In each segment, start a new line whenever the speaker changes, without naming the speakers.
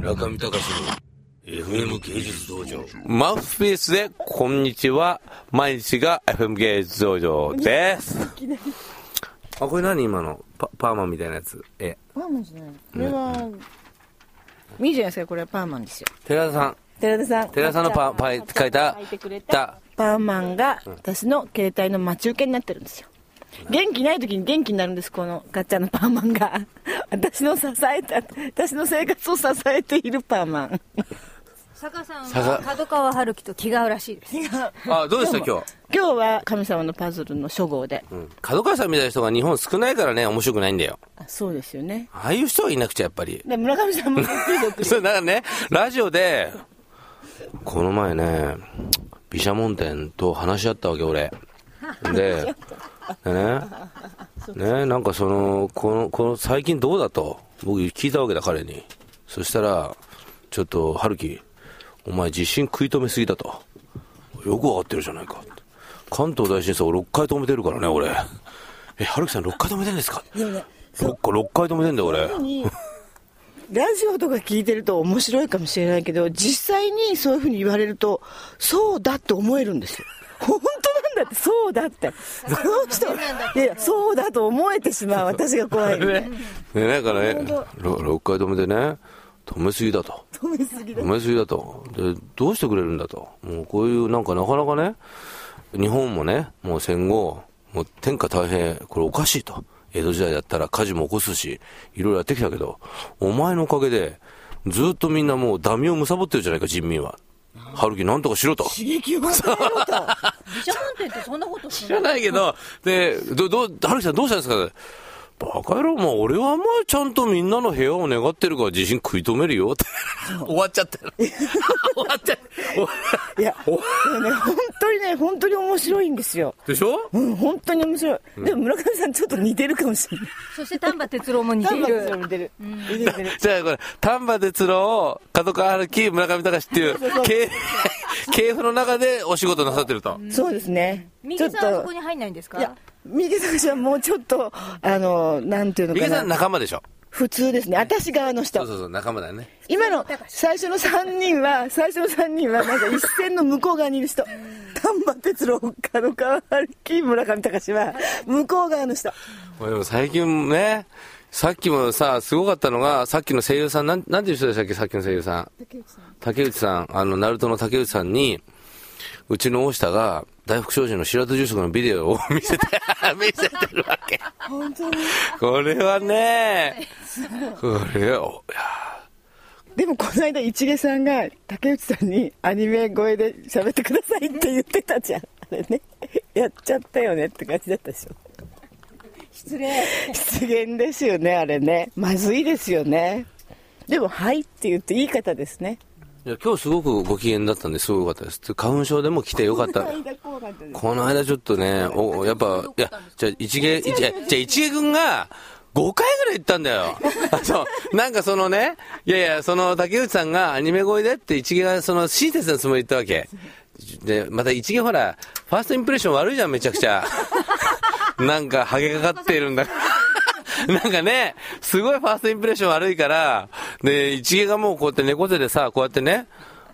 中見隆の FM 芸術道場。
マウスピースで、こんにちは。毎日が FM 芸術道場です。あ、これ何今のパパーマみたいなやつ。え、
パーマンじゃないこれは、見るじゃないですかこれはパーマンですよ
寺田さん。
寺田さん
寺田さんのパ、パイ、書いた、た、
パーマンが私の携帯の待ち受けになってるんですよ元気ない時に元気になるんですこのガッチャのパーマンが 私の支えた私の生活を支えているパーマン
坂さんは角川春樹と気が合うらしいです
あ、どうでした今日。
今日は神様のパズルの初号で、
うん角川さんみたいな人が日本少ないからね、面白くないんだよ。
あそうですよね
ああいう人はいなくちゃ、やっぱり。
で村上さんもびっくりして送る
それなんかね、ラジオで、この前ね、毘沙門天と話し合ったわけ、俺。で、でね、ね、なんかその、この、この、最近どうだと、僕聞いたわけだ、彼に。そしたら、ちょっと、春樹、お前地震食い止めすぎだと。よくわかってるじゃないかって。関東大震災を6回止めてるからね、俺。え、春樹さん6回止めてんですか
でもね
?6 回、6回止めてんだよ、俺。
にラジオとか聞いてると面白いかもしれないけど実際にそういうふうに言われるとそうだって思えるんですよ本当なんだってそうだってその人いやいやそうだと思えてしまう私が怖いのね
ね、なんかね、ろ6回止めてね、止めすぎだと。
止めすぎだ
止めすぎだと。で、どうしてくれるんだと。もうこういう、なんかなかなかね、日本もね、もう戦後、もう天下大変、これおかしいと。江戸時代だったら火事も起こすし、いろいろやってきたけど、お前のおかげで、ずっとみんなもうダミを貪ってるじゃないか、人民は。春樹なんとかしろと。
刺激を与えろと
自社本店ってそんなことす
知
る
らないけど、で、ど、どう、春樹さんどうしたんですかバカ野郎、まあ俺はまあちゃんとみんなの部屋を願ってるから地震食い止めるよって。 終わっちゃった。終わっちゃった。
いやでもね本当にね本当に面白いんですよ
でしょ
うん本当に面白い、でも村上さんちょっと似てるかもしれない
そして丹波哲郎も似て
丹
い
波哲郎
る
似てる似てる
じゃあこれ、丹波哲郎、角川春樹、村上隆っていう、系、 系譜の中でお仕事なさってると。
そうですね
右
ちょ
さ
っ
んはそ
と
こに入んないんですか
いや、右さんはもうちょっと、あの、なんていうの
三
か
毛さん
な。
仲間でしょ
普通ですね。私側の
そう
人。
そうそう、仲間だよね。
今の最初の3人は、最初の3人は、なんか一線の向こう側にいる人。丹波哲郎、角川春樹、村上隆は、向こう側の人。
俺も最近ね、さっきもさ、すごかったのが、さっきの声優さん、なん、なんていう人でしたっけ、さっきの声優さん。竹内さん。あの、ナルトの竹内さんに、うちの大下が、大福商人の白戸住職のビデオを 見せて、見せてるわけ。
本当に。
これはね、これを、
でもこの間、一毛さんが竹内さんにアニメ声で喋ってくださいって言ってたじゃん。あれね。やっちゃったよねって感じだったでしょ。
失礼
失言ですよねあれねまずいですよねでも「はい」って言っていい方ですね
いや今日すごくご機嫌だったんですごい良かったです。花粉症でも来てよかった。この間ちょっとね、お、やっぱ、いや、じゃあ一芸、一芸、じゃあ一芸君が、5回ぐらい言ったんだよ。 あそう。なんかそのね、いやいや、その竹内さんがアニメ声でって一芸がその親切なつもりで言ったわけ。で、また一芸ほら、ファーストインプレッション悪いじゃん、めちゃくちゃ。なんか、ハゲかかってるんだ。 なんかね、すごいファーストインプレッション悪いから、で、一芸がもうこうやって猫背でさ、こうやってね、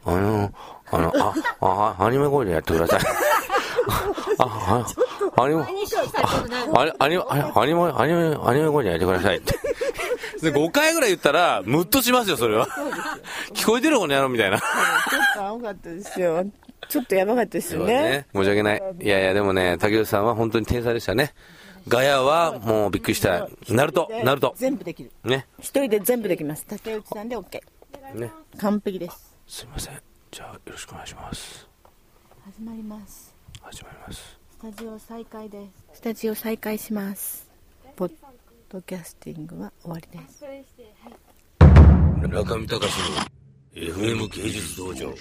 あの、あの、あ、あ、あアニメ声でやってください。 あ、あ、アニメ、あれ、アニメ、あれアニメ、アニメ、アニメ声でやってくださいって。 で5回ぐらい言ったら、ムッとしますよ、それは。 聞こえてるこの野郎みたいな。
ちょっと青かったですよちょっとやばかったですよ ね
申し訳ない。いやいや、でもね、竹内さんは本当に天才でしたね。ガヤはもうびっくりした。ナルト、ナルト。
全部できる
ね。
一人で全部できます竹内さんで OK
ね。
完璧です
すいません。じゃあ、よろしくお願いします。
始まります
始まります。
スタジオ再開ですスタジオ再開しますポッドキャスティングは終わりです
中見隆の FM 芸術道場。